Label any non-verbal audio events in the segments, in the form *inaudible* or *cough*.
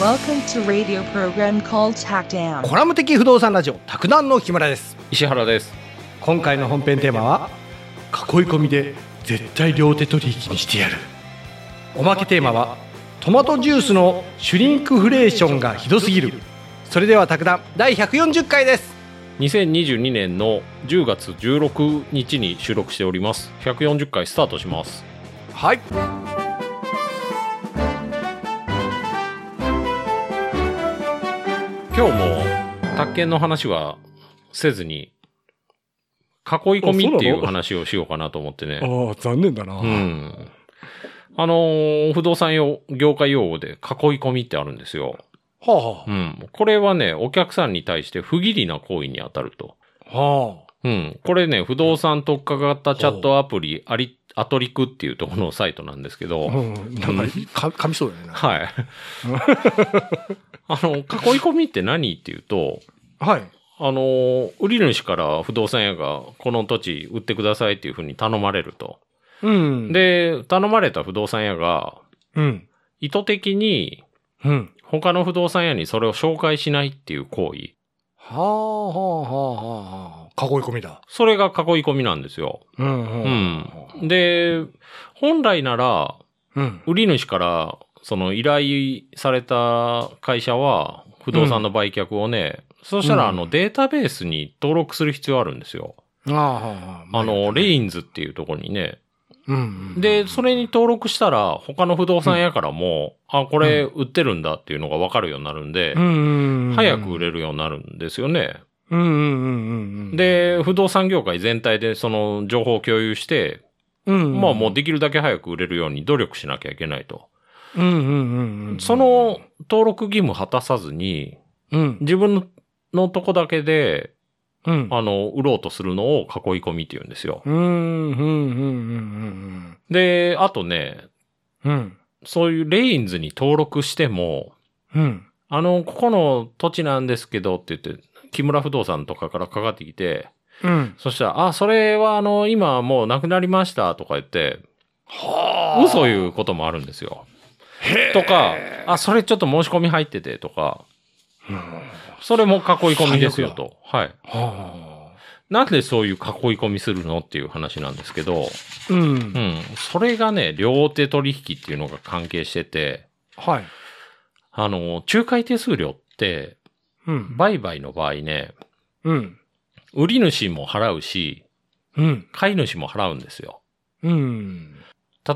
Welcome to radio program called Hackdown. コラム的不動産ラジオ卓談の木村です石原です今回の本編テーマは囲い込みで絶対両手取引にしてやるおまけテーマはトマトジュースのシュリンクフレーションがひどすぎるそれでは卓談第140回です2022年の10月16日に収録しております140回スタートしますはい今日も宅建の話はせずに囲い込みっていあそうなうの話をしようかなと思ってねあ残念だな、うんあのー不動産用業界用語で囲い込みってあるんですよはうんこれはねお客さんに対して不義理な行為に当たるとあはうん。これね、不動産特化型チャットアプリ、アリ、アトリクっていうところのサイトなんですけあど、うん、なんかか噛みそうだよねはい。あの、囲い込みって何っていうと、はいあの、売り主から不動産屋がこの土地売ってくださいっていうふうに頼まれると。うんで、頼まれた不動産屋がうん意図的にうん他の不動産屋にそれを紹介しないっていう行為。はあはあはあはあ囲い込みだそれが囲い込みなんですよ。うんううん。で、本来なら、うん売り主からその依頼された会社は不動産の売却をね、そうしたうらんあのデータベースに登録する必要あるんですよ。ああはああの、レイ、インズっていうところにね。うんうんうんで、それに登録したら他の不動産屋からも、あ、これ売ってるんだっていうのがわかるようになるんで、早く売れ。れるようになるんですよね。うんうんうんうん。、で、不動産業界全体でその情報を共有して、うん、まあもうできるだけ早く売れるように努力しなきゃいけないと。うんうんうんうん。その、登録義務果たさずに、うん、自分のとこだけで、うん。あの、売ろうとするのを囲い込みって言うんですよ。うん、うん、うん、うん、で、あとね、うん。うん、そういうレインズに登録しても、うん。あの、ここの土地なんですけどって言って、木村不動産とかからかかってきて、うん。そしたら、あ、それはあの、今もうなくなりましたとか言って、は嘘言うこともあるんですよ。とか、あ、それちょっと申し込み入っててとか、うん。それも囲い込みですよと。はい。はあ。なんでそういう囲い込みするのっていう話なんですけど、う。うんん。それがね、両手取引っていうのが関係してて、はい。あの、仲介手数料って、うん。売買の場合ね、うん。売り主も払うし、うん。買い主も払うんですよ。うん。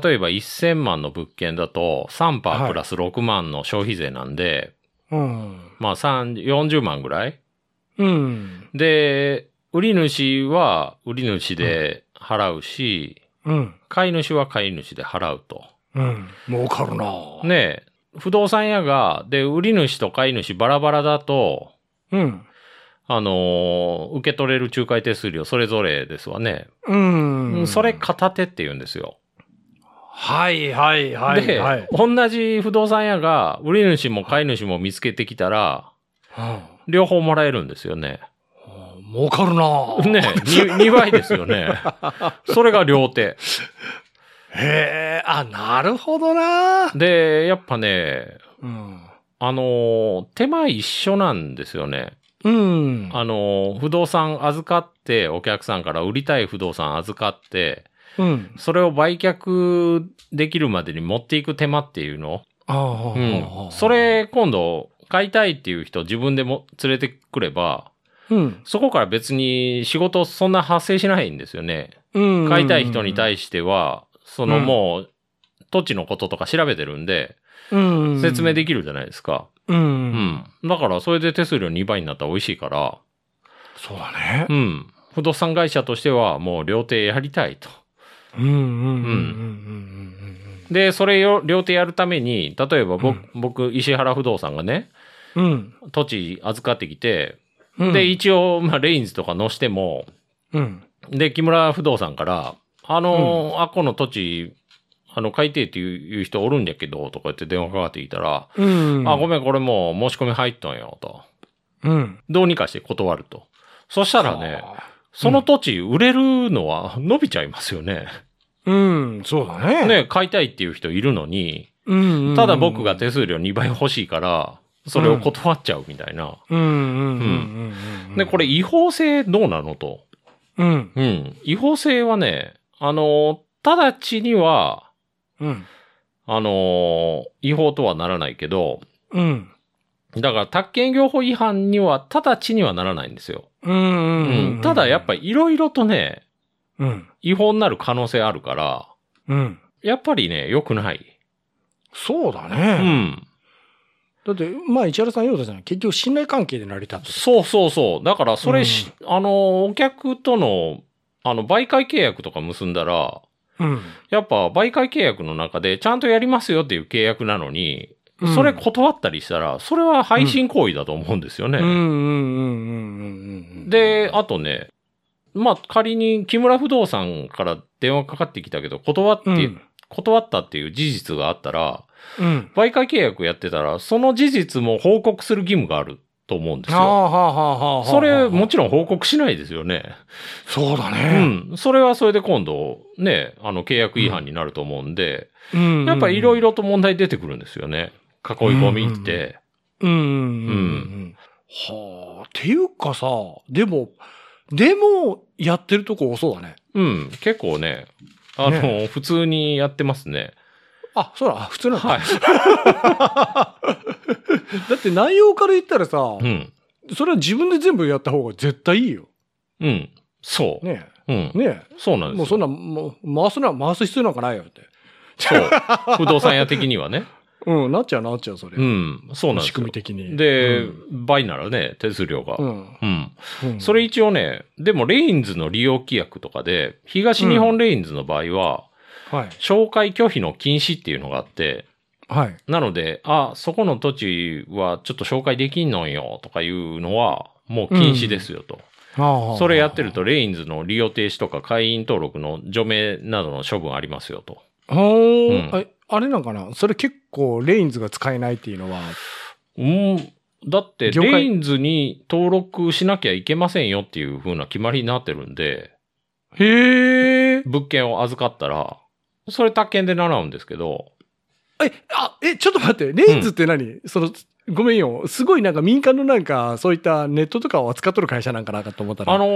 例えば1000万の物件だと、3%はいプラス6万の消費税なんで、うん。まあ3、40万ぐらいうん。で、売り主は売り主で払うし、うん。買い主は買い主で払うと。うん。儲かるなねえ、不動産屋が、で、売り主と買い主バラバラだと、うん。あのー受け取れる仲介手数料それぞれですわね。うん。それ片手って言うんですよ。はいはいはいで、はい。同じ不動産屋が売り主も買い主も見つけてきたら、両方もらえるんですよね。うん儲かるなね 2, 倍です *laughs* よね。それが両手。へえ、あ、なるほどな。で、やっぱね、うん。あのー手間一緒なんですよね。うん。あのー不動産預かって、お客さんから売りたい不動産預かって、うん。それを売却できるまでに持っていく手間っていうのあうあん。そ、れ、今度、買いたいっていう人自分でも連れてくれば、うん。そこから別に仕事そんな発生しないんですよね。うん。買いたい人にし対しては、そのもう、土地のこととか調べてるんで、て説明でききるじゃないですか。う。うんん。だから、それで手数料2倍になったら美味しいから、そうだねう。ん。不動産会社としては、もう両手やりたいと。うんうんうんうんうんうんで、それを両手やるために、例えば僕、僕、石原不動産がね、うん。土地預かってきて、うん。で、一応、まあ、レインズとか載しても、うん。で、木村不動産から、あのーあ、この土地、あの、買いてえっていういう人おるんやけど、とか言って電話かかってきたら、うん。あ、ごん。めん、これもう申し込み入ったんよ、と。うん。どうにかして断ると。そしたらね、。その土地売れるのは伸びちゃいますよね。うん。そうだね。。ね、買いたいっていう人いるのに、うんうんただ僕が手数料2倍欲しいから、それを断っちゃうみたいな。うんうんうんうんで、これ、違法性どうなのと。うんうん。違法性はね、あの、直ちには、うんあの、違法とはならないけど、うんだから、宅建業法違反には、直ちにはならないんですよ。うんうんううんん。ただ、やっぱりり、いろいろとね、うん違法になる可能性あるから、うんやっぱりね、良くない。そうだうね、ん。だってまあ市原さん言うとじゃん結局信頼関係で成り立つそうそうそう。だから、それし、あの、お客との、あの、媒介契約とか結んだら、うんやっぱ媒介契約の中でちゃんとやりますよっていう契約なのに、それ断ったりしたら、それは配信行為だと思うんですよね。うんうんうんうんうんうんで、あとね、まあ仮に木村不動産から電話かかってきたけど、断って、うん断ったっていう事実があったら、うん媒介契約やってたら、その事実も報告する義務があると思うんですはあよ。はあはあはあそれ、もちろん報告しないですよね。そうだうね、ん。それはそれで今度、ね、あの、契約違反になると思うんで、うんうんうん、やっぱいろいろと問題出てくるんですよね。囲い込みって。うんうんうんうん。はあ、っていうかさ、でも、でも、やってるとこ多そうだね。うん、結構ね、あの、ね普通にやってますね。あ、そうだ、普通なんだ。はい。だって内容から言ったらさ、うん。それは自分で全部やった方が絶対いいよ。うん。そう。ねうんえ。。ねそうなえ。んですよ。もうそんな、もう回すな、回す必要なんかないよって。そう。不動産屋的にはね。うん、なっちゃうなっちゃう、それ。うん。そうなんです仕よ。組み的に。で、うん。倍ならね、手数料が。ううん。んうんそれ一応ね、でもレインズの利用規約とかで、東日本レインズの場合は、はい。紹介拒否の禁止っていうのがあって、はい。なので、あ、そこの土地はちょっと紹介できんのんよとかいうのは、もう禁止ですよと。はあそれやってる。と、レインズの利用停止とか会員登録の除名などの処分ありますよと。はーうんああれなんかなそれ結構、レインズが使えないっていうのは。うん。だって、業界レインズに登録しなきゃいけませんよっていう風な決まりになってるんで、へえ。物件を預かったら、それ宅建で習うんですけど、え、あ、え、ちょっと待って、レインズって何、その、ごめんよ。すごいなんか民間のなんか、そういったネットとかを扱っとる会社なんかなかと思ったら。あの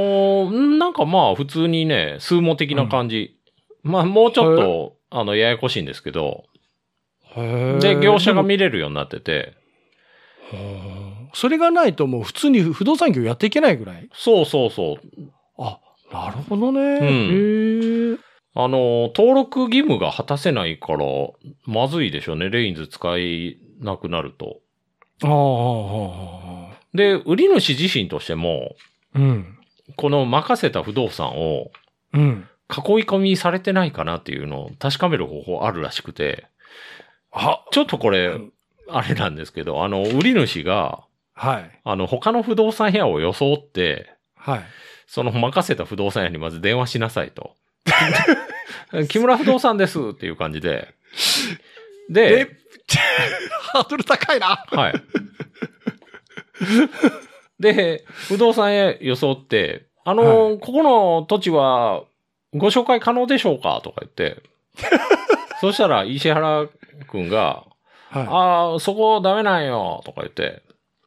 ーなんかまあ普通にね、数網的な感じ。まあもうちょっと、あの、ややこしいんですけど、ので、業者が見れるようになってて、それがないともう普通に不動産業やっていけないぐらい。そうそうそう。あ、なるほどね。んへえ。あの、登録義務が果たせないから、まずいでしょうね。レインズ使えなくなると。ああああ、ああで、売り主自身としても、うん。この任せた不動産をうん。囲い込みされてないかなっていうのを確かめる方法あるらしくて、あ、ちょっとこれん、あれなんですけど、あの、売り主が、はい。あの、他の不動産屋を装って、はい。その任せた不動産屋にまず電話しなさいと。 *laughs* 木村不動産ですっていう感じで。で、、ハードル高いな。はい。で、不動産屋装って、あの、はここの土地はご紹介可能でしょうかとか言 *laughs* って。そしたら石原くんが、はああ、そこダメなんよとか言って、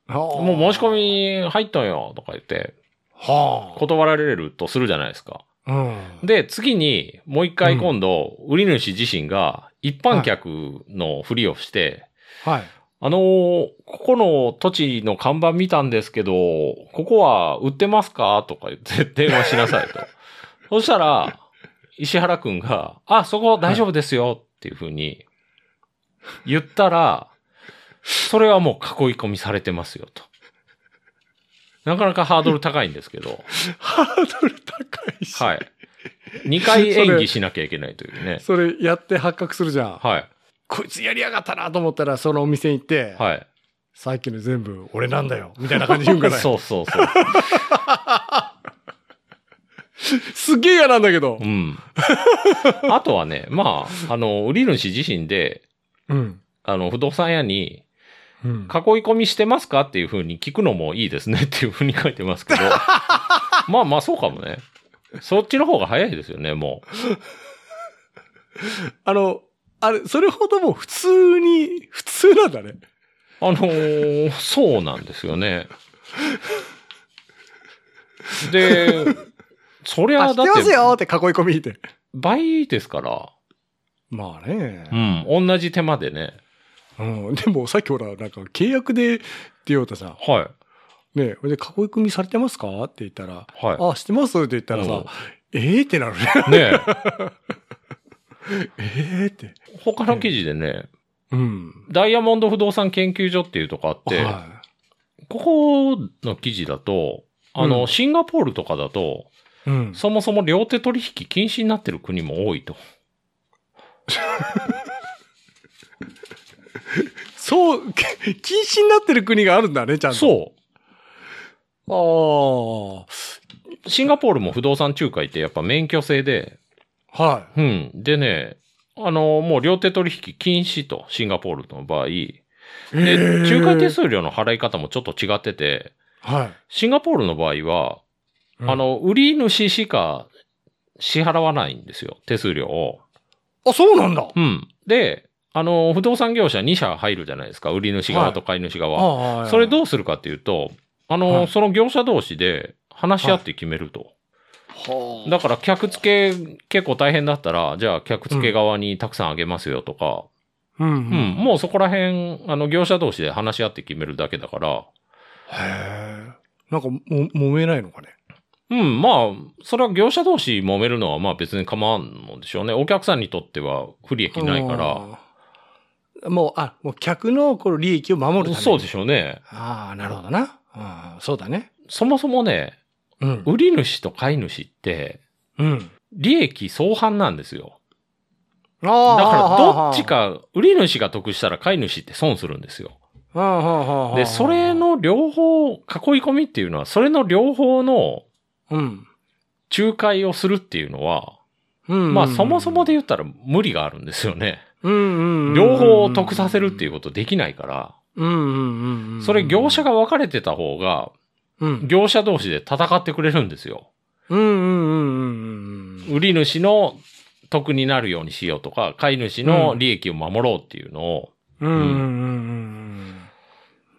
い。ももう申し。込み入っとんよとか言って、は断られるとするじゃないですか。あ。うん。で、次に、もう一回うん今度、売り主自身が一般客のふりをして、はい。あのーここの土地の看板見たんですけど、ここは売ってますかとか言って電話しなさい *laughs* と。そしたら、石原くんが、あ、そこ大丈夫ですよっていうふうに言ったら、それはもう囲い込みされてますよと。なかなかハードル高いんですけど。ハードル高いし。はい。2回演技しなきゃいけないというね。 *laughs* それやって発覚するじゃん。はい。こいつやりやがったなと思ったら、そのお店行って、はい。さっきの全部俺なんだよ、みたいな感じで言うんかな。そうそうそう。すげえ嫌なんだけどう。 *laughs* ん。あとはね、まあ、あの、売り主自身で、うん。あの、不動産屋に、うん囲い込みしてますかっていうふうに聞くのもいいですねっていうふうに書いてます *laughs* けど。まあまあ、そうかもね。そっちの方が早いですよね、もあの、あれ、それほどもう普通に、普通なんだね。あのーそうなんですよね。で、そりあ、ゃ知だっってますてよって囲い込みって。倍ですから、まあね。うん、同じ手間でね。うん。でもさっきほら、なんか契約でって言おうとさ、はね、ほいで囲い込みされてますかって言ったら、い、はあ、してますって言ったらうんさ、ええってなるね。い。ねええって。え他の記事でね、うん。ダイヤモンド不動産研究所っていうとこあって、はここの記事だと、あの、うんシンガポールとかだと、い。うん。そもそも両手取引禁止になってる国も多いと。そう、け禁止になってる国があるんだね、ちゃんと。。そうあう。シンガポールも不動産仲介ってやっぱ免許制で、あ。はうん。でね、あの、もう両手取引禁止と、シンガポールの場合。い。で、へえ仲介手数料の払い方もちょっと違ってて、はい。シンガポールの場合は、うんあ、の、売り主しか支払わないんですよ、手数料を。あ、そうなんだ。うん。で、あの、不動産業者2社入るじゃないですか、売り主側と買い主側。ああそれうどうするかっていうと、あの、はいその業者同士で話し合って決めると。だから客付け結構大変だったら、じゃあ客付け側にたくさんあげますよとか、うん、ううん、ん。もうそこら辺、あの、業者同士で話し合って決めるだけだから、へえ。なんかも、揉めないのかね。うん、まあ、それは業者同士揉めるのはまあ別に構わんのでしょうね。お客さんにとっては不利益ないから。ら。もう、あ、もう客のこの利益を守るためにそうでしょうね。ああ、なるほどな。ああそうだね。そもそもね、うん。売り主と買い主って、うん。利益相反なんですよ。あだあからどっち。か、売り主が得したら買い主って損するんですよ。はあはあはあはあで、それ、の両方、囲い込みっていうのは、それの両方のうん。仲介をするっていうのは、うんまあそもそもで、言ったら無理があるんですよね。うんうんうん、両方を得させるっていううことできないから、ん。うんうんうん。それ業者、が分かれてた方が、うん。業者同士で戦ってくれるんですよ。うんうんうんうんうん。売り主の得になるようにしようとか、買い主の利益を守ろうっていうのを、うんうんうん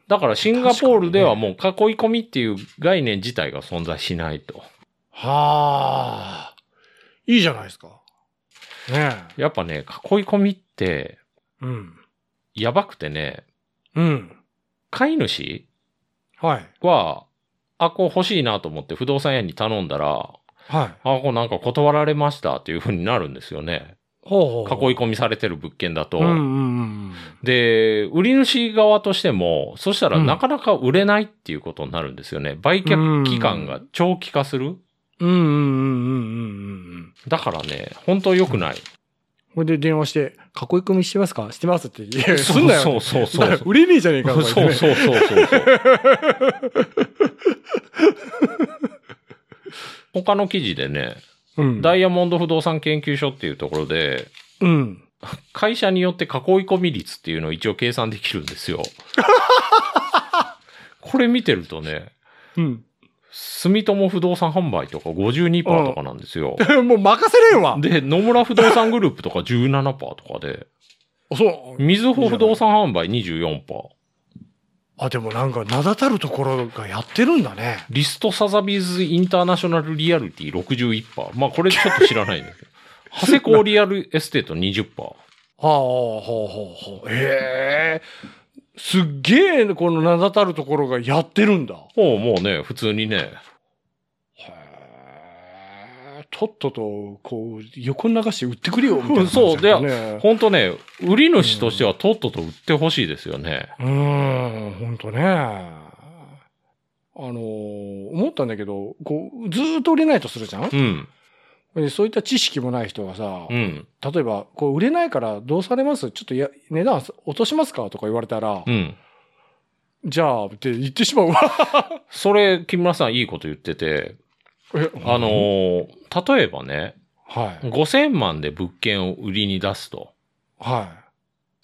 だからシンガポールではもう囲い込みっていう概念自体が存在しないと。はあ。いいじゃないですか。ねえ。やっぱね、囲い込みって、うん。やばくてね、うん。飼い主はい。は、あ、こう欲しいなと思って不動産屋に頼んだら、はい。あ、こうなんか断られましたっていう風になるんですよね。ほ囲かっこいい込みされてる物件だと。うんうんうん。で、売り主側としても、そしたらうんなかなか売れないっていうことになるんですよね。売却期間が長期化する。うんうんうんうんうんうん。だからね、本当良くない。これで電話して、囲い込みしてますかしてますって言え。すんなよ。そうそうそうそだからう。売れねえじゃねえか。そうお前そうねそうそうそう。他の記事でね、うん。ダイヤモンド不動産研究所っていうところで、うん。会社によって囲い込み率っていうのを一応計算できるんです *laughs* よ。これ見てるとね、うん。 *laughs* 住友不動産販売とか52%とかなんですよ。もう任せれんわ。で、野村不動産グループとか17%とかで、あそう。みずほ不動産販売24%、あ、でもなんか名だたるところがやってるんだね。リストサザビーズインターナショナルリアルティ61%。まあこれちょっと知らないんだけど。長谷港リアルエステート20%。はあ、はあ、はあ、はあ。へえ。すっげえ、この名だたるところがやってるんだ。もうもうね、普通にね、へえ。とっとと、こう、横流して売ってくれよ、みたいな、そうで *laughs* ね。ほんとね、売り主としてはとっとと売ってほしいですよね。うーん、ほんとね。あのー思ったんだけど、こう、ずーっと売れないとするじゃんうん。でそういった知識もない人がさ、うん。例えば、こう、売れないからどうされますちょっとや値段落としますかとか言われたら、うん。じゃあ、って言って *laughs* しまうわ。それ、木村さんいいこと言ってて、あのー例えばね、はい。 5000万で物件を売りに出すと。は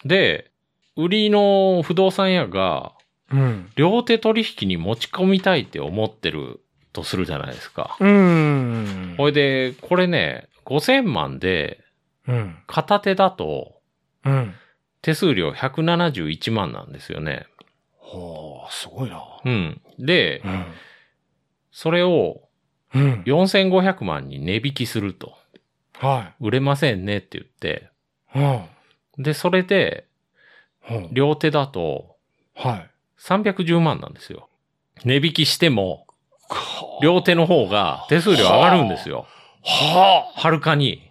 で、売りの不動産屋が、い。うん。両手取引に持ち込みたいって思ってるとするじゃないですか。うーん。ほいで、これね、5000万で、うん。片手だと、うん。手数料171万なんですよね。ほう、すごいな。うん。で、うん。それをうん。 4500万に値引きすると。は売れませんねって言って。い。うん。で、それで、うん両手だとはい。 310万なんですよ。値引きしても、は両手の方が手数料上がるんですよ。はあはるかに。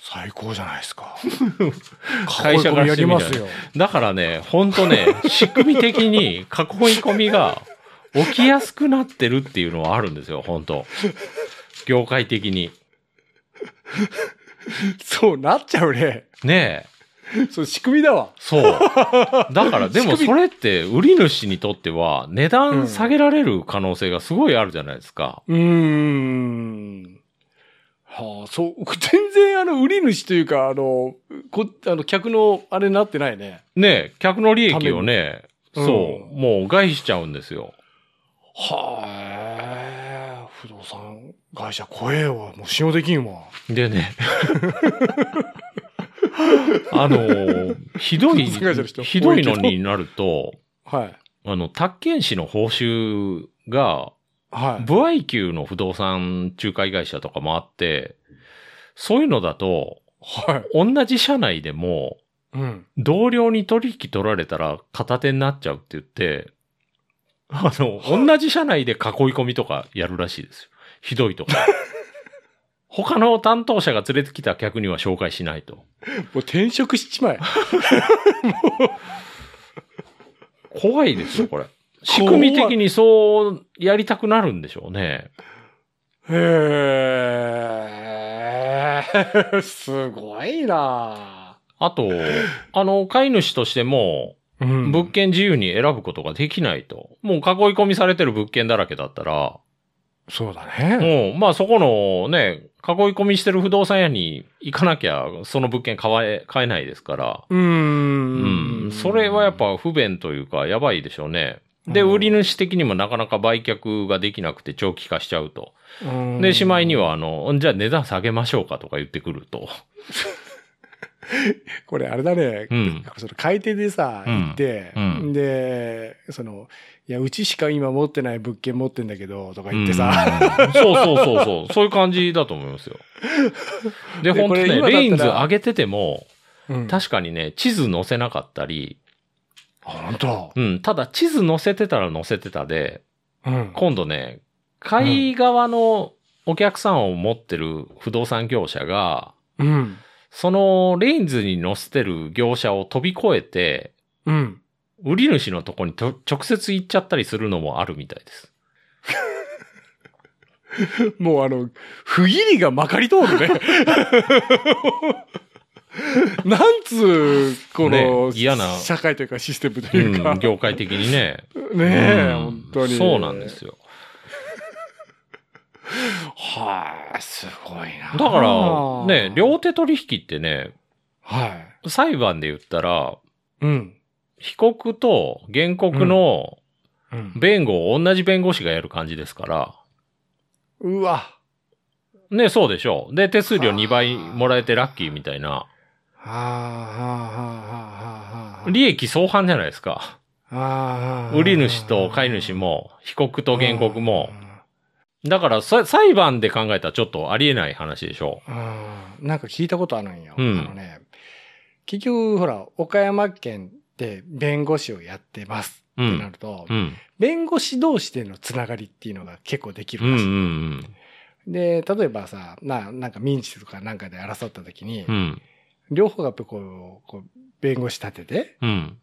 最高じゃないですか。 *laughs* 会社から囲い込みやりますしてよ。だからね、ほんと *laughs* ね、仕組み的に囲い込みが起きやすくなってるっていうのはあるんですよ、ほんと。業界的に。そうなっちゃうね。ねえ。そう、仕組みだわ。そう。だ *laughs* から、でも仕組みそれって売り主にとっては値段下げられる可能性がすごいあるじゃないですか。うーん。はあ、そう、全然あの、売り主というか、あの、こ、あの、客の、あれになってないね。ねえ、客の利益をね、ためにそう、うもう害しちゃうんですよ。はあ、不動産会社怖えわ。もう信用できんわ。でね。 *laughs* あのー、ひど *laughs* い、不動産会社の人ひどいのになると、はい。あの、宅建士の報酬が、はい。不合給の不動産仲介会社とかもあって、そういうのだと、はい。同じ社内でも、うん。同僚に取引取られたら片手になっちゃうって言って、あの、同じ社内で囲い込みとかやるらしいですよ。ひどい *laughs* とか。他の担当者が連れてきた客には紹介しないと。もう転職しちまえ。怖いですよ、これ。仕組み的にそうやりたくなるんでしょうね。へえ、すごいなあと、あの、飼い主としても、うん物件自由に選ぶことができないと。もう囲い込みされてる物件だらけだったら、そうだね。うん。まあそこのね、囲い込みしてる不動産屋に行かなきゃ、その物件買え、買えないですから。ううんん。それはやっ、ぱ不便というか、やばいでしょうね。で、うん売り主的にもなかなか売却ができなくて長期化しちゃうと。うんで、しまいに。は、あの、じゃあ値段下げましょうかとか言ってくると。これあれだねう。ん。その買い手でさ、うん行って、うんで、その、いや、うちしか今持ってない物件持ってんだけど、とか言ってさ、うん。そうそうそうそう。そういう感じだと思いますよ。で、で本当これね、今だったらレインズ上げてても、うん確かにね、地図載せなかったり、あ本当うん、ただ地図載せてたら載せてたで、うん今度ね、買い側のお客さんを持ってる不動産業者が、うん。そのレインズに載せてる業者を飛び越えて、うん。売り主のとこにと直接行っちゃったりするのもあるみたいです。もうあの、不義理がまかり通 *laughs* るね。なんつう、こねの、嫌な社会というかシステムとういうか、ん、業界的にね。ねえ、うん本当に。そうなんで。すよ。はい、すごいな。だから、ね、、両手取引ってね、はい。裁判で言ったら、うん。被告と原告のうん弁護を同じ弁護士がやる感じですから、うわ。ね、そうでしょう。で、手数料あー2倍もらえてラッキーみたいな。はあ、はあ、はあ、はあ、はあ。利益相反じゃないですか。あー売り主と飼い主も、被告と原告も。。あだから、さ裁判で考えたらちょっとありえない話でしょーあーなんか聞いたことあるんよ。うんあのね、結局、ほら、岡山県で弁護士をやってますう。う。ってなんると、うん。弁護士同士でのつながりっていうのが結構できうんるうらしい。んで、例えばさ、な、なんか民事とかなんかで争った時に、うん。うん。両方がやっぱこう、こう弁護士立てて、うん。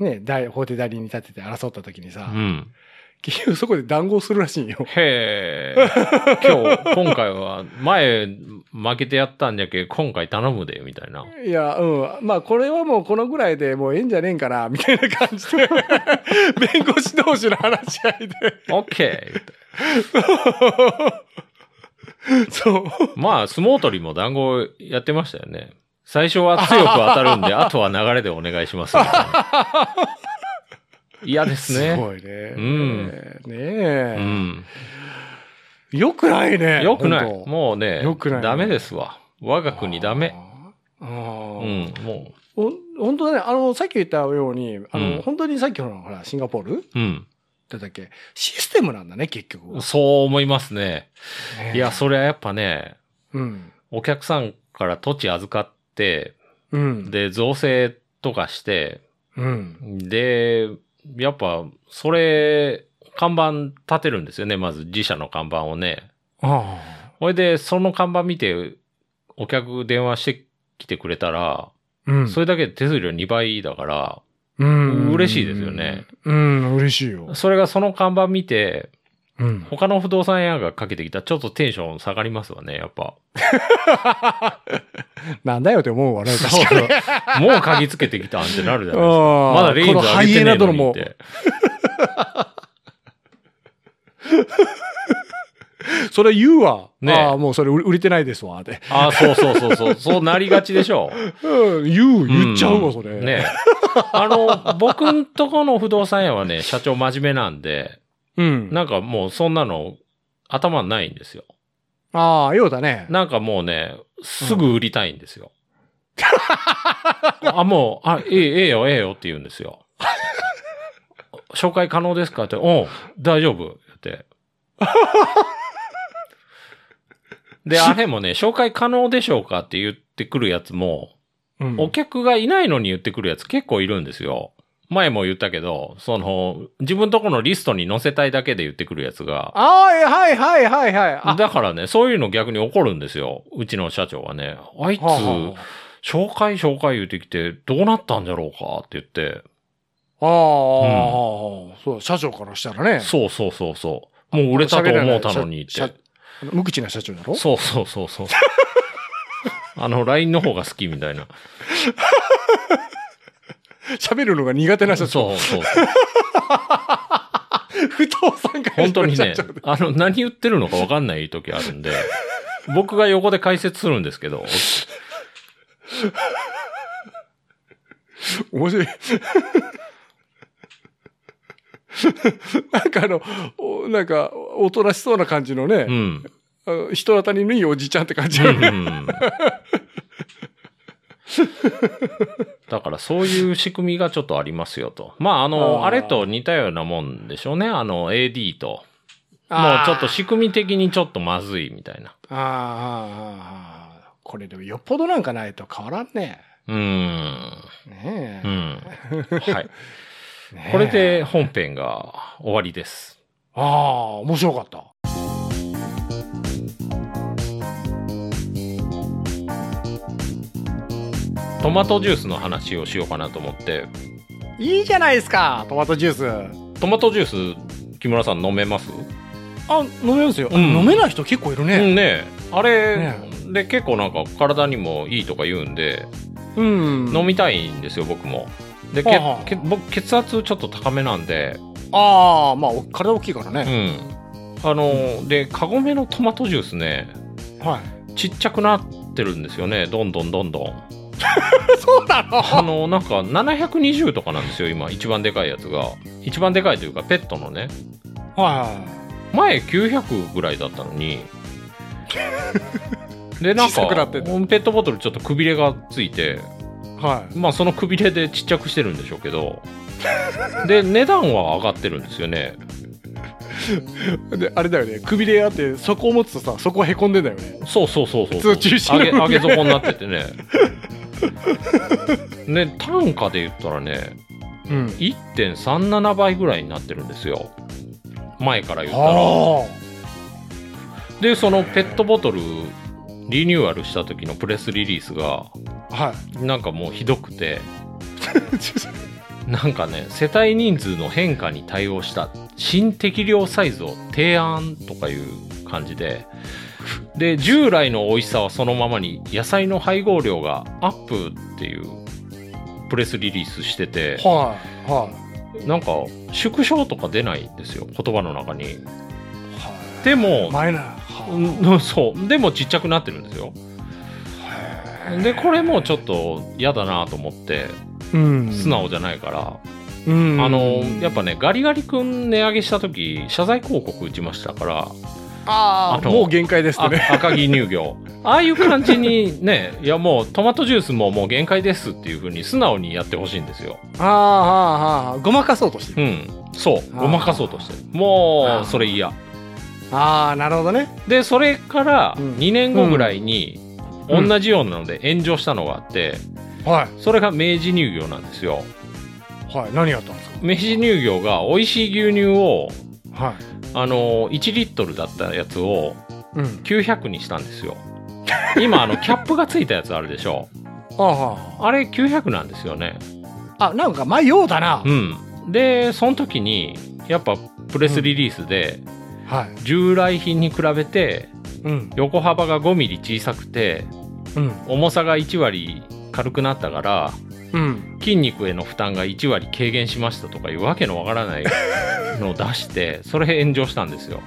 ね、代法廷代理に立てて争った時にさ、うん。結局そこで談合するらしいんよ。へえ。今日、今回は、前、負けてやったんじゃけ、今回頼むで、みたいな。いや、うん。まあ、これはもうこのぐらいでもうええんじゃねえんかな、 *laughs* みたいな感じで、弁護士同士の話し合いで。オッケーそう。まあ、相撲取りも団子やってましたよね。最初は強く当たるんで、 *laughs* あとは流れでお願いしますみたいな。嫌ですすね。ごいね。んねうえ。ん。よくないね。よくない。ほんともうねよくない、ねダメですわ。我が国ダメ。あー。ううんん、もほん本当だね、あの、さっき言ったように、あの、うん本当にさっきほら、ほら、シンガポールうん。だったっけシステムなんだね、結局は。そう思いますね。ねいや、それはやっぱね、うん。お客さんから土地預かって、うん。、で、造成とかして、うん。で、やっぱ、それ、看板立てるんですよね。まず自社の看板をね。あほいで、その看板見て、お客電話してきてくれたら、あ。うん。それだけで手数料2倍だから、うん。嬉しいですよね。うん、嬉しいよ。それがその看板見て、うん。他の不動産屋がかけてきたらちょっとテンション下がりますわね、やっぱ。なんだよって *laughs* 思うわね、確かに。そうそうもう鍵つけてきたんってなるじゃない *laughs* ですか。ままだレインズこの上ハげイエてねナえの殿にっも、て。それ言うわ。ねああ、もうそれ売売れてないですわ、って。ああ、そうそうそうそう。そうなりがちでしょう。うん、言う、言っちゃうわ、んそれ。ね。あの、僕んとこの不動産屋はね、社長真面目なんで、うん。なんかもうそんなの頭にないんですよ。ああ、ようだね。なんかもうね、すぐ売りたいんですよ。あ、もう、あ、ええ、ええよ、ええよって言うんですよ。紹介可能ですかって、うん、大丈夫って。で、あれもね、紹介可能でしょうかって言ってくるやつも、うんお客がいないのに言ってくるやつ結構いるんですよ。前も言ったけど、その、自分とこのリストに載せたいだけで言ってくるやつが、ああ、えはいはいはいはい。あ、だからね、そういうの逆に怒るんですよ。うちの社長はね。あいつ、はあは紹介紹介言うてきて、どうなったんじゃろうかって言って。あああ、そう、社長からしたらね。そうそうそうそう。もう売れたと思うたのにっ喋れて。ない社社無口な社長だろそうそうそうそう。あの、LINE の方が好きみたいな。喋るのが苦手なそ *laughs* 社う長。そうそう。不動産会社の本当にね *laughs* 社長、あの、何言ってるのかわかんない時あるんで、僕が横で解説するんですけ *laughs* ど、面白い。 *laughs* なんかあの、おなんか、おとなしそうな感じのうね、ん。あの人当たりのいいおじちゃんって感じうのんね。うんだからそういう仕組みがちょっとありますよと。まあ、あの、ああーれと似たようなもんでしょうね。あの、AD と。もあうーちょっと仕組み的にちょっとまずいみたいな。あーあー、あーあーこれでもよっぽどなんかないと変わらんね。うーん。ねうえん。はい。ねえこれで本編が終わりです。ああ、面白かった。トマトジュースの話をしようかなと思って。いいじゃないですか、トマトジュース。トマトジュース、木村さん飲めますあ、飲めますよ。うん飲めない人結構いるうね。んねあれ、ねで結構なんか体にもいいとか言うんで、うん飲みたいんですよ僕もではあはあけけ僕血圧ちょっと高めなんでああ、まあ、お体大きいからうね。んあのでカゴメのトマトジュースねはい。ちっちゃくなってるんですよねどんどんどんどんそうな *laughs* のあのなんか720とかなんですよ今一番でかいやつが一番でかいというかペットのねは前900ぐらいだったのに *laughs* でなん小さかくなってんペットボトルちょっとくびれがついてい。はまあそのくびれでちっちゃくしてるんでしょうけどで値段は上がってるんですよねい。で、あれだよね。くびれあって、そこを持つとさ、そこはへこんでんだよね。そうそうそうそう普通中心上げの上げ底になっててねね単価で言ったらねうん。 1.37倍ぐらいになってるんですよ前から言ったらあでそのペットボトルリニューアルした時のプレスリリースがあ。はい。なんかもうひどくて *laughs* なんかね世帯人数の変化に対応した新適量サイズを提案とかいう感じでで従来の美味しさはそのままに野菜の配合量がアップっていうプレスリリースしててはい。はなんか縮小とか出ないんですよ言葉の中にい。はい。でも、前な。はうんそうでもちっちゃくなってるんですよでこれもちょっと嫌だなと思ってうん素。直じゃないから、うん。あのやっぱねガリガリ君値上げした時謝罪広告打ちましたからああ、あのもう限界ですってね。あ赤城乳業。ああいう感じにね、いやもうトマトジュースももう限界ですっていう風に素直にやってほしいんですよ。ああ、ああ、ごまかそうとしてうる。ん。そう。あーごまかそうとしてる。もあーう、それ嫌。ああ、なるほどね。で、それからうん2年後ぐらいに、うん同じようなので炎上したのがあって、はそれが明治乳業なんですよ。い。はい。何やったんです明治乳業が美味しい牛乳を、かはい。あの、1リットルだったやつをうん。 900にしたんですよ。今、あの、キャップがついたやつあるでしょ。あああれ900なんですよね。ああ、なんか迷うだなう。ん、でその時にやっぱプレスリリースで、はい。従来品に比べてうん。横幅が5ミリ小さくてうん。重さが1割軽くなったからうん。筋肉への負担が1割軽減しましたとかいうわけのわからないのを出してそれ炎上したん *laughs* ですよ。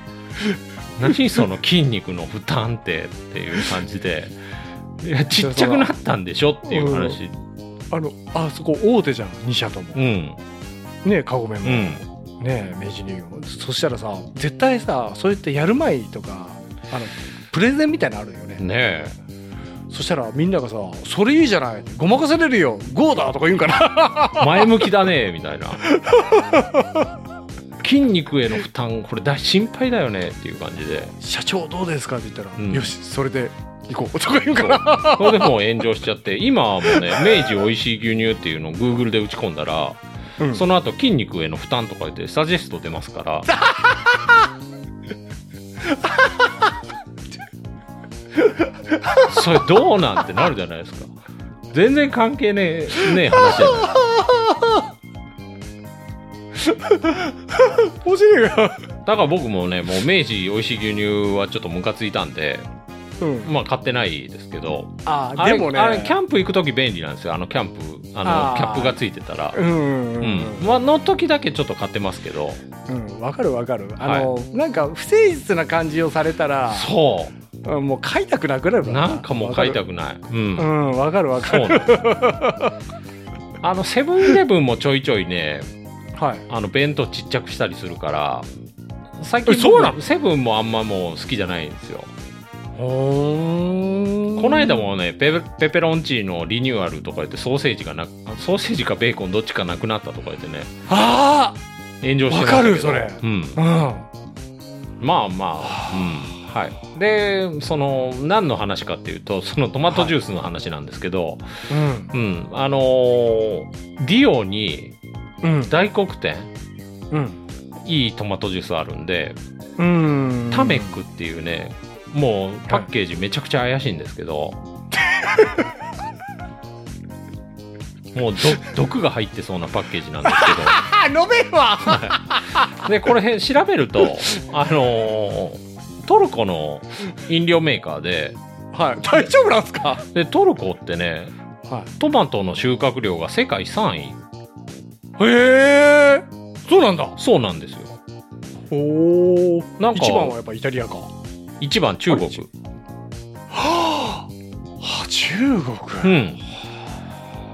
何その筋肉の負担ってっていう感じ *laughs* でいやちっちゃくなったんでしょっていう話あの、あそこ大手じゃん、2社とも。うんねえ、カゴメも。うねんえ、明治乳業も。そしたらさ、絶対さ、そうやってやる前とか、あの、プレゼンみたいなのあるよね。ねえそしたらみんながさ「それいいじゃないごまかせれるよゴーだ!」とか言うんかな前向きだねみた *laughs* いな筋肉への負担これだ心配だよねっていう感じで社長どうですかって言ったら「うんよしそれで行こう」とか言うんかなそれでもう炎上しちゃって今はもうね明治おいしい牛乳っていうのを Google で打ち込んだらうんその後筋肉への負担とか言ってサジェスト出ますからそれどうなんてなるじゃないですか全然関係ねえねえ話じゃない *laughs* 面白いよだから僕もねもう明治おいしい牛乳はちょっとムカついたんでうん、まあ買ってないですけどああでれもねあれキャンプ行く時便利なんですよあのキャンプあのあーキャップがついてたらう、んううんんまあの時だけちょっと買ってますけどうんわかるわかるあの、なんか不誠実な感じをされたらそうんもう買いたくなくなるうなわんかもう買いたわくない、う、るうんんわかるわかそるうなんですあのセブンイレブンもちょいちょいねはいあの弁当ちっちゃくしたりするから最近えそうな僕セブンもあんまもう好きじゃないんですよここの間もねペペペペロンチーノリニューアルとか言ってソーセージがなソーセージかベーコンどっちかなくなったとか言ってねあ炎上あしてましたわかけどるそれうんうんまあまあ、うん、はい。で、その、何の話かっていうと、そのトマトジュースの話なんですけど、うんうん、あのーディオにうん大黒天、うんいいトマトジュースあるんで、うんタメックっていうね、もうパッケージめちゃくちゃ怪しいんですけ *laughs* ど、もうど毒が入ってそうなパッケージなんですけあ飲めんわど、で、これ調べると、あのートルコの飲料メーカーで、はい、大丈夫なんですか。でトルコってねはトマトの収穫量が世界3位い。へえ。そうなんだ。そうなんですよおお。なんか一番はやっぱイタリアか。は一番中国あれあ。はあ、中う国。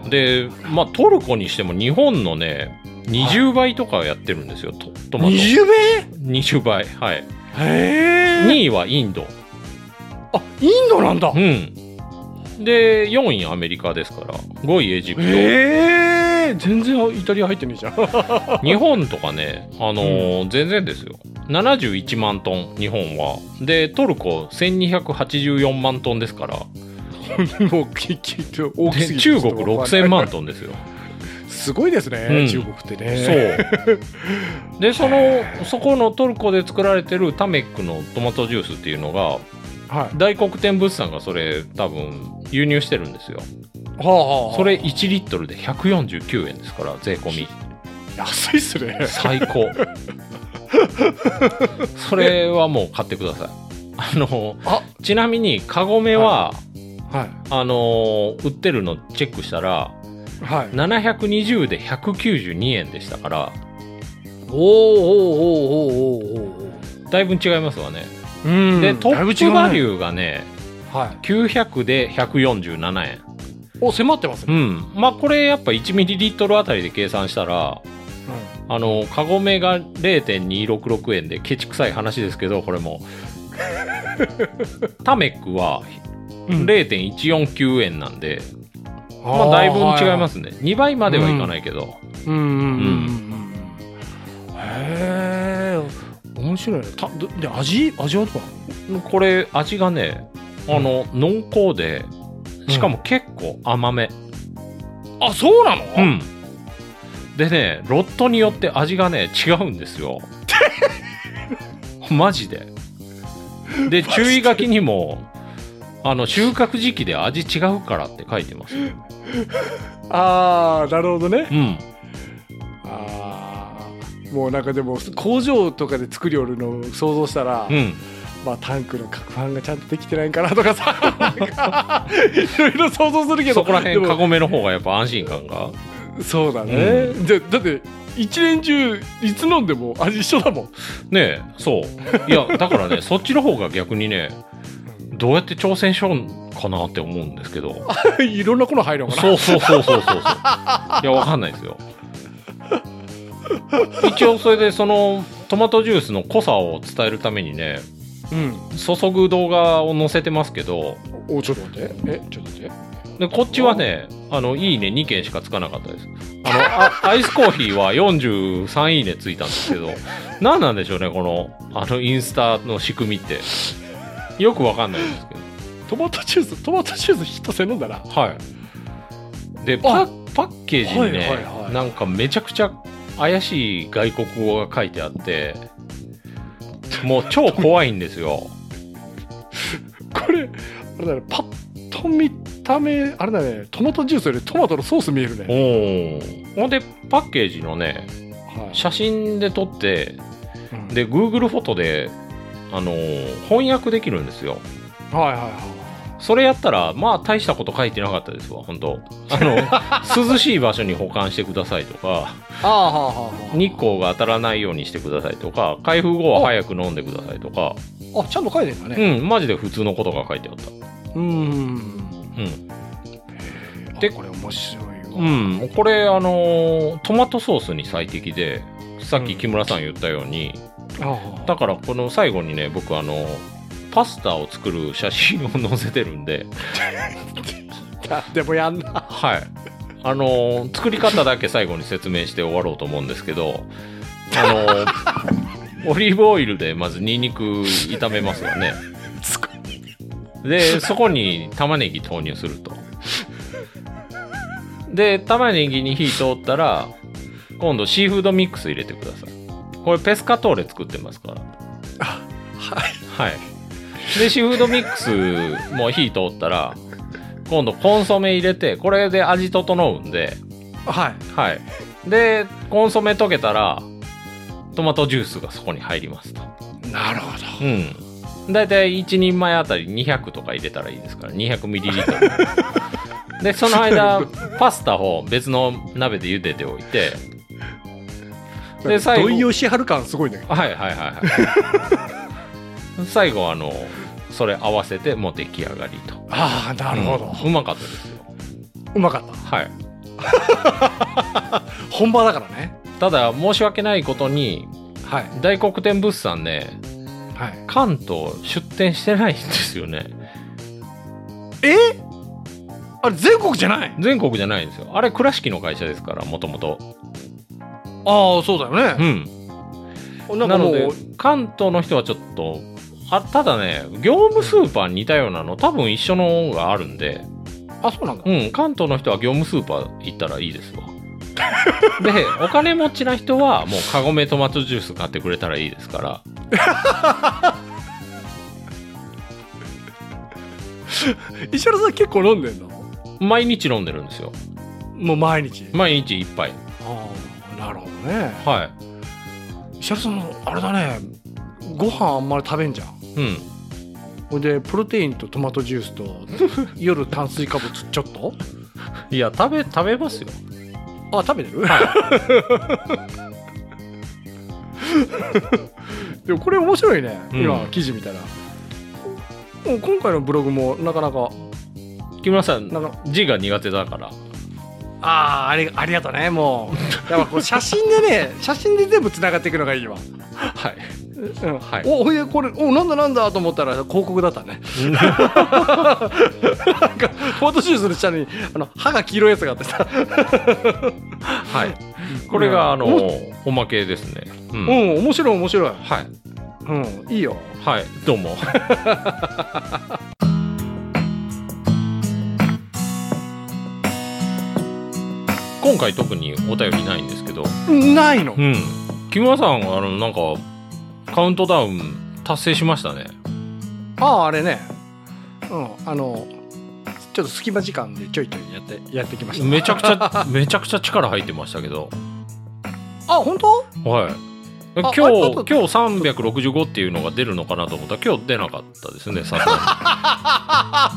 んでまあトルコにしても日本のね20倍とかやってるんですよトトマト二十名。 20倍はいへえ。 2位はインドあ、インドなんだう。んで4位アメリカですから5位エジプト、へえ。全然イタリア入ってねえじゃん。 *laughs* 日本とかね、あのー全然ですよ71万トン日本はでトルコ1284万トンですからもう、き、き、大きすでぎて中国。ちょっと6000わ万トンですよ、かんないすごいですね、うん中国ってね。そうでそのそこのトルコで作られてるタメックのトマトジュースっていうのがはい。は大黒天物産がそれ多分輸入してるんですよあ、はあ。それ1リットルで149円ですから税込み安いっすね。最高それはもう買ってくださいあのあちなみにカゴメは、はあのー売ってるのチェックしたらい。はい。 720で192円でしたから *laughs* おーおおおおおお。だいぶ違いますわね、うん。でトップバリュー。ューがねはい。 900で147円お、迫ってますうね。んまあこれやっぱ1ミリリットルあたりで計算したらう *laughs* んあのカゴメが0.266円でケチくさい話ですけどこれもタメックはうん0.149円なんで、まあだいぶん違いますね。2倍まではいかないけど。うんうんうんうんへえ面白いねたどで味味はとかこれ味がね、あの、濃厚で、しかも結構甘め。あそうなのうん。でね、ロットによって味がね、違うんです *laughs* よ。マジで。で、注意書きにも、あの、収穫時期で味違うからって書いてますよ。ああなるほどねうん。ああもうなんかでも工場とかで作りおるのを想像したら、うん。まあタンクの攪拌がちゃんとできてないんかなとかさ *laughs* なんかい *laughs* ろいろ想像するけどそこらで辺、もカゴメの方がやっぱ安心感が。そうだね、うでだって一年中いつ飲んでも味一緒だもんね *laughs* え、そう。いや、だ *laughs* からね、そっちの方が逆にね、どうやって挑戦しようかなって思うんですけ *laughs* ど。いろんな粉入るのかなそうそうそうそうそうそう。いや、わかんないですよ。一応それでそのトマトジュースの濃さを伝えるためにね、うん注ぐ動画を載せてますけど、おちょっと待ってえちょっと待ってでこっちはね、あの、いいね2件しかつかなかったです。あの、あ *laughs* アイスコーヒーは43いいねついたんですけど、何なんでしょうね、この、あの、インスタの仕組みって。よくわかんないんですけど。トマトジューストマトジュースヒットせ飲んだなはい。で、パパッケージにね、はいはいはいなんかめちゃくちゃ怪しい外国語が書いてあって、もう超怖いんです *laughs* よ。これあれだねパッと見た目あれだねトマトジュースよりトマトのソース見えるおね、ーほんで、パッケージのね、はい写真で撮って、うんで、Google フォトで、あのー翻訳できるんですよ。はいはいはそれやったら、まあ、大したこと書いてなかったですわ、本当あの、涼しい場所に保管してくださいとか、いああはあはあ日光が当たらないようにしてくださいとか、開封後は早く飲んでくださいとか、あちゃんと書いてるんだねうん、マジで普通のことが書いてあった。うんうん。でこれ面白いわうん、これ、あのートマトソースに最適で、さっき木村さん言ったように、あだからこの最後にね、僕、あのパスタを作る写真を載せてるんで、あでもやんなはい。あのー作り方だけ最後に説明して終わろうと思うんですけど、あ *laughs* のーオリーブオイルでまずニンニク炒めますわね。で、そこに玉ねぎ投入すると。で、玉ねぎに火通ったら、今度シーフードミックス入れてください。これペスカトーレ作ってますから。はい。で、シーフードミックスも火通ったら、今度コンソメ入れて、これで味整うんで、はいはい。で、コンソメ溶けたら、トマトジュースがそこに入りますと。なるほどうん。だいたい1人前あたり200とか入れたらいいですから、200ml。で、その *laughs* 間、パスタを別の鍋で茹でておいて、で最後土井善晴感すごいねはいはいはいはい。 *laughs* 最後、あの、それ合わせてもう出来上がりと。ああなるほどうんうまかったですよ。うまかったはい。本場だからねただ、申し訳ないことに、はい大黒天物産ね、はい関東出店してないんですよね。えあれ全国じゃない全国じゃないんですよ。あれ、倉敷の会社ですから、もともと。ああそうだようねん。ななんかものでう、関東の人はちょっと、あただね、業務スーパーに似たようなの、多分一緒のがあるんで、あそうなんだうん、関東の人は業務スーパー行ったらいい *laughs* ですわ。で、お金持ちな人は、もう、カゴメトマトジュース買ってくれたらいいですから。石原さん結構飲んでんの毎日飲んでるんですよ。もう毎日毎日一杯。ああなるほどねは石原さんあれだねご飯あんまり食べんじゃんい。うん。ほんでプロテインとトマトジュース *laughs* と夜炭水化物ちょっといや、食べ、食べますよ。あ食べてる、 *laughs* でもこれ面白いね、うん今記事見たらもう今回のブログもなかなか木村さん、なんか字が苦手だから。ああありありがとう *laughs* ねもうやっぱこう写真でね写真で全部つながっていくのがいいわはい。うんはいおほいでこれおなんだなんだと思ったら広告だった *laughs* ねなんかフォートジュースの下にあの歯が黄色いやつがあってさ、はい。これが、あの、おまけですね。う。うんん、面白い面白い、はい。うん、いいよはい。どうも。 *laughs* 今回特にお便りないんですけど、ないのうん。木村さん、あの、なんか、カウントダウン達成しましたね。あああれねうんあのちょっと隙間時間でちょいちょいやってやってきましためちゃくちゃ、めちゃくちゃ力入ってましたけど。あ本当はい。今日、今あれ日365っていうのが出るのかなと思ったら、今日出なかったです *laughs* ね、さすが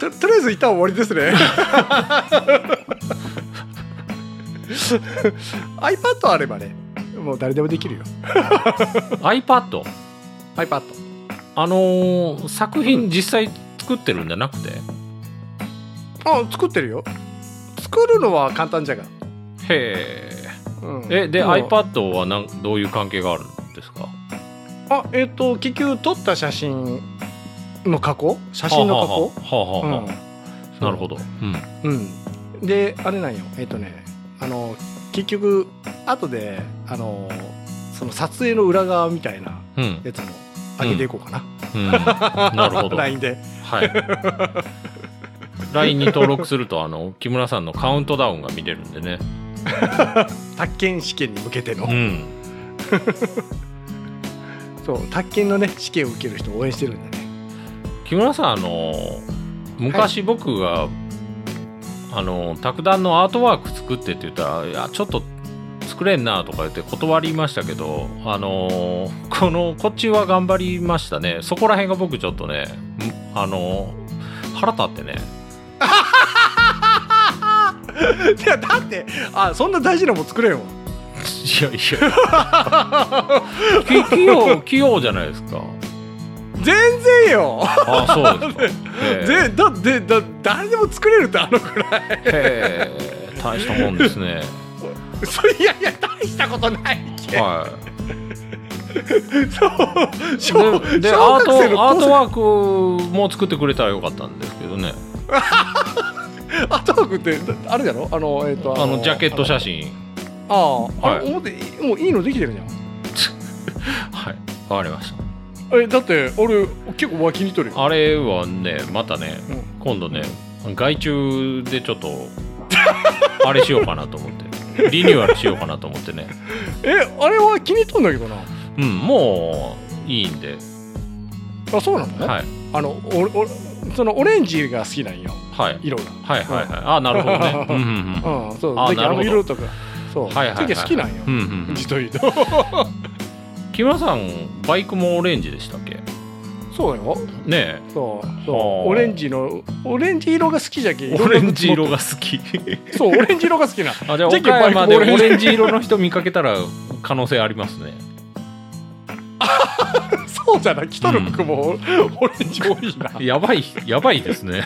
ととりあえず一旦終わりですね *laughs* iPad あればねもう誰でもできるよに。iPad。 iPad あのー作品実際作ってるんじゃなくて。あ作ってるよ作るのは簡単じゃが、へうんえ。え、で、も iPad はなんどういう関係があるんですかあえっ、と結局撮った写真の加工写写真の加工はあはあはあはあはあうんなるほど。うん。うん、であれなんよえっ、とねあの結局後であのその撮影の裏側みたいなうん。やつも上げていこうかな、 *laughs* うん。なるほど。 LINE ではい。LINE に登録すると、あの、木村さんのカウントダウンが見れるんでね。宅建試験に向けての、うん。そう宅建のね試験を受ける人を応援してるんでね *laughs* 木村さんあの昔僕が、あの卓談のアートワーク作ってって言ったら「いやちょっと作れんな」とか言って断りましたけどあのこのこっちは頑張りましたねそこら辺が僕ちょっとねんあの腹立ってね *laughs* いやだってあそんな大事なもん作れんわいやいやき器用器用じゃないですか全然よああそうですかへえぜだってだ誰でも作れるってあの *laughs* くらいへえ大したもんですねそいやいや大したことないけはいそう小でで小アー学生のトアー高ト専ワークも作ってくれたらよかったんですけどねアートワークってあれだろあのえっ、とあのジャケット写真あのああ、はい思ってもういいのできてるじゃんはいわかりましえだって俺結構脇にとるよたあれはねまたねうん今度ね外注でちょっとあれしようかなと思 *laughs* ってリニューアルしようかなと思ってねえあれは気に入っとんだけどなうんもういいんであそうなのね、はいあのおおそのオレンジが好きなんよはい色がはいはいはいあなるほど *laughs* ねうんうんうんそうあだけどなあるほどの色とかそう、はいはいはい好きなんよ、うんうんうん実と言うと *laughs* 木村さんバイクもオレンジでしたっけそうよねそうはあそうオレンジのオレンジ色が好きじゃけえオレンジ色が好きそうオレンジ色が好 *laughs* きなあじゃあじゃけ岡山でバイオクもオレンジレンジ色の人見かけたら可能性あります *laughs* ね。そうじゃない、来とる服も、オレンジ多いな。やばいやばいですね。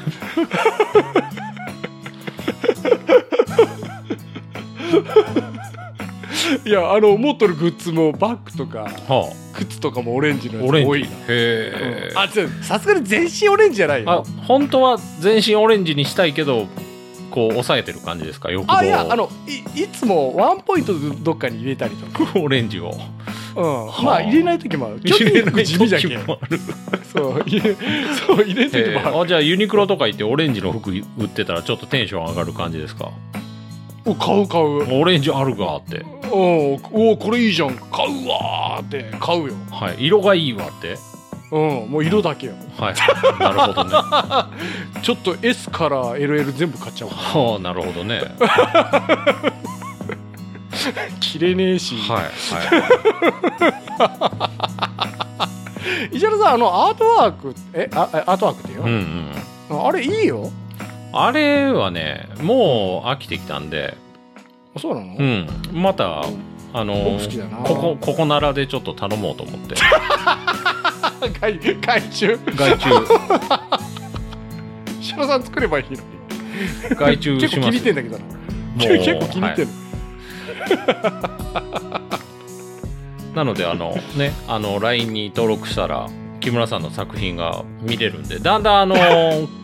いや、あの、持っとるグッズも、バッグとか、 *laughs* は靴とかもオレンジのあ、やつオレ多ンいジな。。へえう。んあ、違うさすがに全身オレンジじゃないあよ。本当は全身オレンジにしたいけどこう抑えてる感じですか欲望あ、いや、のあの、いいつもワンポイントどっかに入れたりとか。 *laughs* オレンジをうん。まあ、入れない時もある。 *laughs* 入れない地味じゃけ時ん。もある。 *laughs* そう、入れ、そう、入れる時へえもある。あじゃあユニクロとか行ってオレンジの服売ってたらちょっとテンション上がる感じですか。お、買う買う。オレンジあるかって。おおこれいいじゃん買うわーって買うよはい色がいいわって。うんもう色だけよはい。なるほどね。 *laughs* ちょっと S から LL 全部買っちゃおうはあなるほどね。切れねえし、はいはい。石原さんあのアートワークえああアートワークっていううんうの、ん。あれいいよあれはね、もう飽きてきたんで、あそうなの、うん、また、あの僕好きだなここ、ここならでちょっと頼もうと思 *laughs* って。外外注外注、石原さん作ればいいのに外注結し構気まに入すってんだけどな結構気に入ってる、なので、あの、ね、あの、LINE に登録したら、木村さんの作品が見れるんで、だんだん、あの、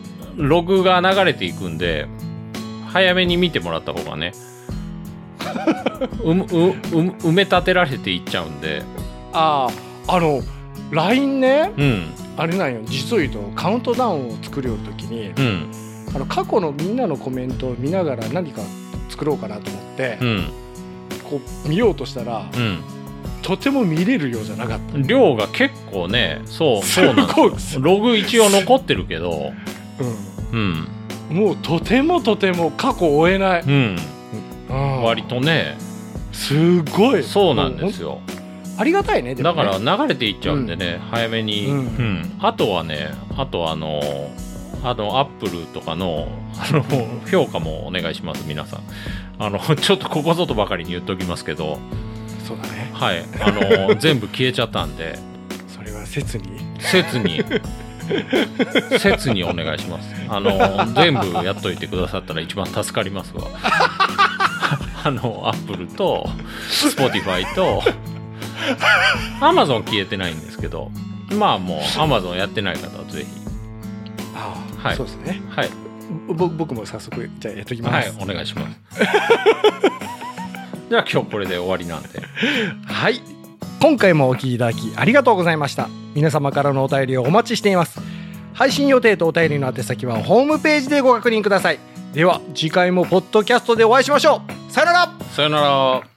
*laughs* ログが流れていくんで、早めに見てもらった方 *laughs* がね、うむうう埋め立てられていっちゃうんで、あああの LINE ねうん、あれなんよ実を言うとカウントダウンを作るよる時にうん、あの過去のみんなのコメントを見ながら何か作ろうかなと思って、うん、こう見ようとしたら、とても見れるようじゃなかっうん。量が結構ね、そう、たそうなんですごいですよ。ログ一応残ってるけど、うん、うん、もうとてもとても過去を追えない、うん、うん割とね、すごいそうなんですよ。ありがたいねでもだねから流れていっちゃうんでね、早めに、うんうんあとはねあとあのあのアップルとかのあの評価もお願いします皆さんあのちょっとここぞとばかりに言っておきますけどそうだねはいあ *laughs* の全部消えちゃったんでそれは切に切に切にお願いしますあの全部やっといてくださったら一番助かりますわ *laughs* あのアップルと Spotify と Amazon 消えてないんですけどまあもう Amazon やってない方はぜひああ、はいそうですねはいぼ僕も早速じゃあやっときまはすいお願いします *laughs* じゃあ今日これで終わりなんではい今回もお聞きいただきありがとうございました皆様からのお便りをお待ちしています配信予定とお便りの宛先はホームページでご確認くださいでは次回もポッドキャストでお会いしましょうさよならさよなら